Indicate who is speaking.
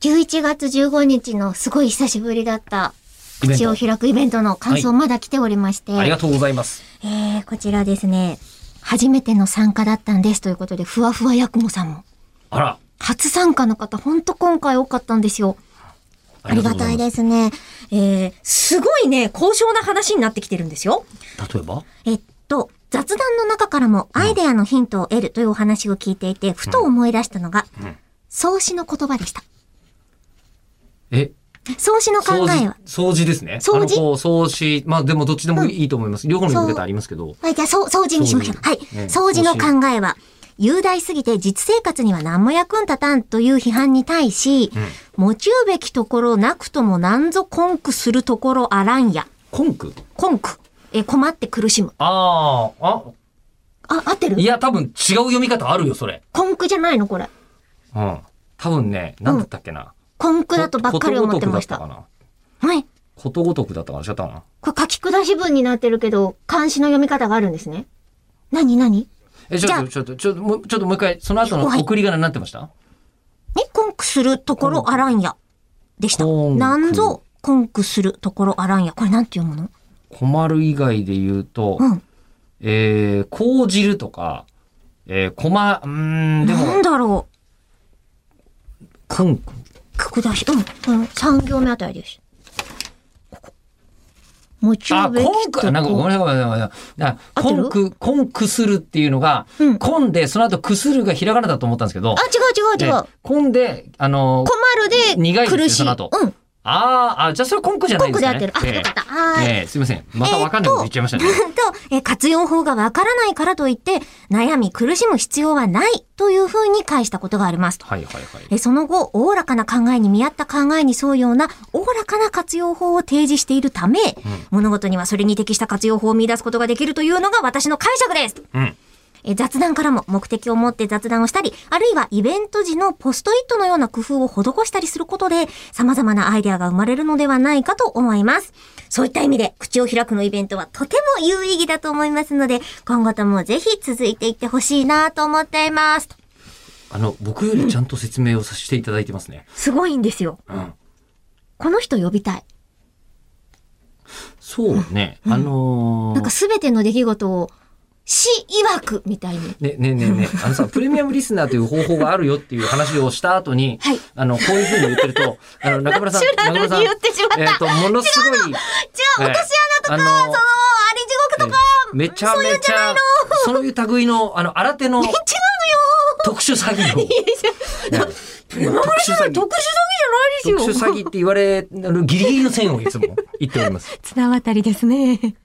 Speaker 1: 11月15日のすごい久しぶりだった
Speaker 2: イベン
Speaker 1: 口
Speaker 2: ト
Speaker 1: を開くイベントの感想
Speaker 2: は
Speaker 1: まだ来ておりまして、
Speaker 2: ありがとうございます。
Speaker 1: えー、こちらですね、初めての参加だったんですということで、ふわふわやくもさんも。
Speaker 2: あら、
Speaker 1: 初参加の方、ほんと今回多かったんですよ。ありがたい
Speaker 2: す。
Speaker 1: ですね。えー、すごいね、高尚な話になってきてるんですよ。
Speaker 2: 例えば
Speaker 1: えっと、雑談の中からもアイデアのヒントを得るというお話を聞いていて、ふと思い出したのが、創始の言葉でした。
Speaker 2: え
Speaker 1: 創始の考
Speaker 2: 掃
Speaker 1: え
Speaker 2: 除
Speaker 1: は、、
Speaker 2: 掃除ですね。
Speaker 1: 掃除
Speaker 2: あのこう掃除、まあでもどっちでもいいと思います。両方の言い方ありますけど。
Speaker 1: はい、じゃあ、そう掃除にしましょう。
Speaker 2: 掃
Speaker 1: はい
Speaker 2: 除ね。
Speaker 1: 掃除の考えは、雄大すぎて実生活には何も役に立たんという批判に対し、持ちうべきところなくともなんぞ根句するところあらんや。
Speaker 2: コンク
Speaker 1: 根句。え、困って苦しむ。
Speaker 2: ああ、あ、
Speaker 1: あ、合ってる
Speaker 2: いや、多分違う読み方あるよ、それ。
Speaker 1: 根句じゃないのこれ。
Speaker 2: うん。多分ね、何だったっけな。
Speaker 1: 根句だとばっかり思ってまし
Speaker 2: こと
Speaker 1: た。
Speaker 2: ごとくだったかな。
Speaker 1: はい。
Speaker 2: ことごとくだったかな。ちゃったかな。
Speaker 1: これ書き下し文になってるけど、漢詩の読み方があるんですね。なになに
Speaker 2: え、ちょっと、
Speaker 1: じ
Speaker 2: ちょっと、ちょっと、もう、ちょっともう一回、その後の
Speaker 1: はい
Speaker 2: 送り仮名になってました
Speaker 1: え、根句するところあらんや。でした。
Speaker 2: 根句
Speaker 1: なんぞ根句するところあらんや。これなんて読むの
Speaker 2: 困る以外で言うと、
Speaker 1: うん。
Speaker 2: えー、講じるとか、えー、困、うーん、で
Speaker 1: なん
Speaker 2: も、
Speaker 1: だろう。
Speaker 2: コンク。
Speaker 1: くだし、うん、うん、三行目あたりです。ここ。持ち
Speaker 2: あ、
Speaker 1: うべ
Speaker 2: コ
Speaker 1: き
Speaker 2: ン
Speaker 1: と
Speaker 2: ク、なんかご
Speaker 1: こ。
Speaker 2: めんなさい、ごめんなさい。なん
Speaker 1: 合
Speaker 2: か
Speaker 1: って
Speaker 2: コ
Speaker 1: る
Speaker 2: ンク、コンクするっていうのが、
Speaker 1: うん
Speaker 2: コンで、その後くするがひらがなだと思ったんですけど
Speaker 1: あ、、違う違う違う。
Speaker 2: でコンで、あのー、
Speaker 1: 困る
Speaker 2: 苦
Speaker 1: で
Speaker 2: いですね
Speaker 1: 苦しい。
Speaker 2: その
Speaker 1: う
Speaker 2: 後
Speaker 1: ん。
Speaker 2: あーあ、じゃあそれコンクじゃない
Speaker 1: 根
Speaker 2: ん
Speaker 1: 句で
Speaker 2: で
Speaker 1: す合
Speaker 2: ね。
Speaker 1: ってる。あ、よかった。
Speaker 2: えー
Speaker 1: はーい。
Speaker 2: えーすいません。またわかんないこと言っちゃいましたね。
Speaker 1: えー っと、なんとえー活用法がわからないからといって、悩み苦しむ必要はないというふうに返したことがありますと。
Speaker 2: はい はいはい。
Speaker 1: えーその後、おおらかな考えに見合った考えに沿うような、おおらかな活用法を提示しているため、物事にはそれに適した活用法を見出すことができるというのが私の解釈です。
Speaker 2: うん。
Speaker 1: え雑談からも目的を持って雑談をしたり、あるいはイベント時のポストイットのような工夫を施したりすることで、様々なアイデアが生まれるのではないかと思います。そういった意味で、口を開くのイベントはとても有意義だと思いますので、今後ともぜひ続いていってほしいなと思っています。
Speaker 2: あの、僕よりちゃんと説明をさせていただいてますね。
Speaker 1: すごいんですよ。
Speaker 2: うん。
Speaker 1: この人呼びたい。
Speaker 2: そうね。あのー
Speaker 1: なんかすべての出来事を、死曰くみたいに。
Speaker 2: ね、ねね ねあのさ、プレミアムリスナーという方法があるよっていう話をした後に、
Speaker 1: はい
Speaker 2: あの、こういうふうに言ってると、あの、中村さん、
Speaker 1: ナチュラル
Speaker 2: 中
Speaker 1: に
Speaker 2: 村さん、
Speaker 1: 言ってしまった
Speaker 2: えっ、と、ものすごい、
Speaker 1: 違う、
Speaker 2: えー
Speaker 1: 落とし穴とか、
Speaker 2: あ
Speaker 1: そ
Speaker 2: の
Speaker 1: の、あれ地獄とか、
Speaker 2: えめちゃめちゃ、そういう類の、あの、新手
Speaker 1: 違
Speaker 2: の
Speaker 1: うのよ
Speaker 2: 特殊詐欺を。ね特
Speaker 1: 特
Speaker 2: 殊詐
Speaker 1: 殊詐欺じゃないで
Speaker 2: 欺。
Speaker 1: すよ
Speaker 2: 特殊詐欺って言われるギリギリの線をいつも言っております。
Speaker 1: 綱渡りですね。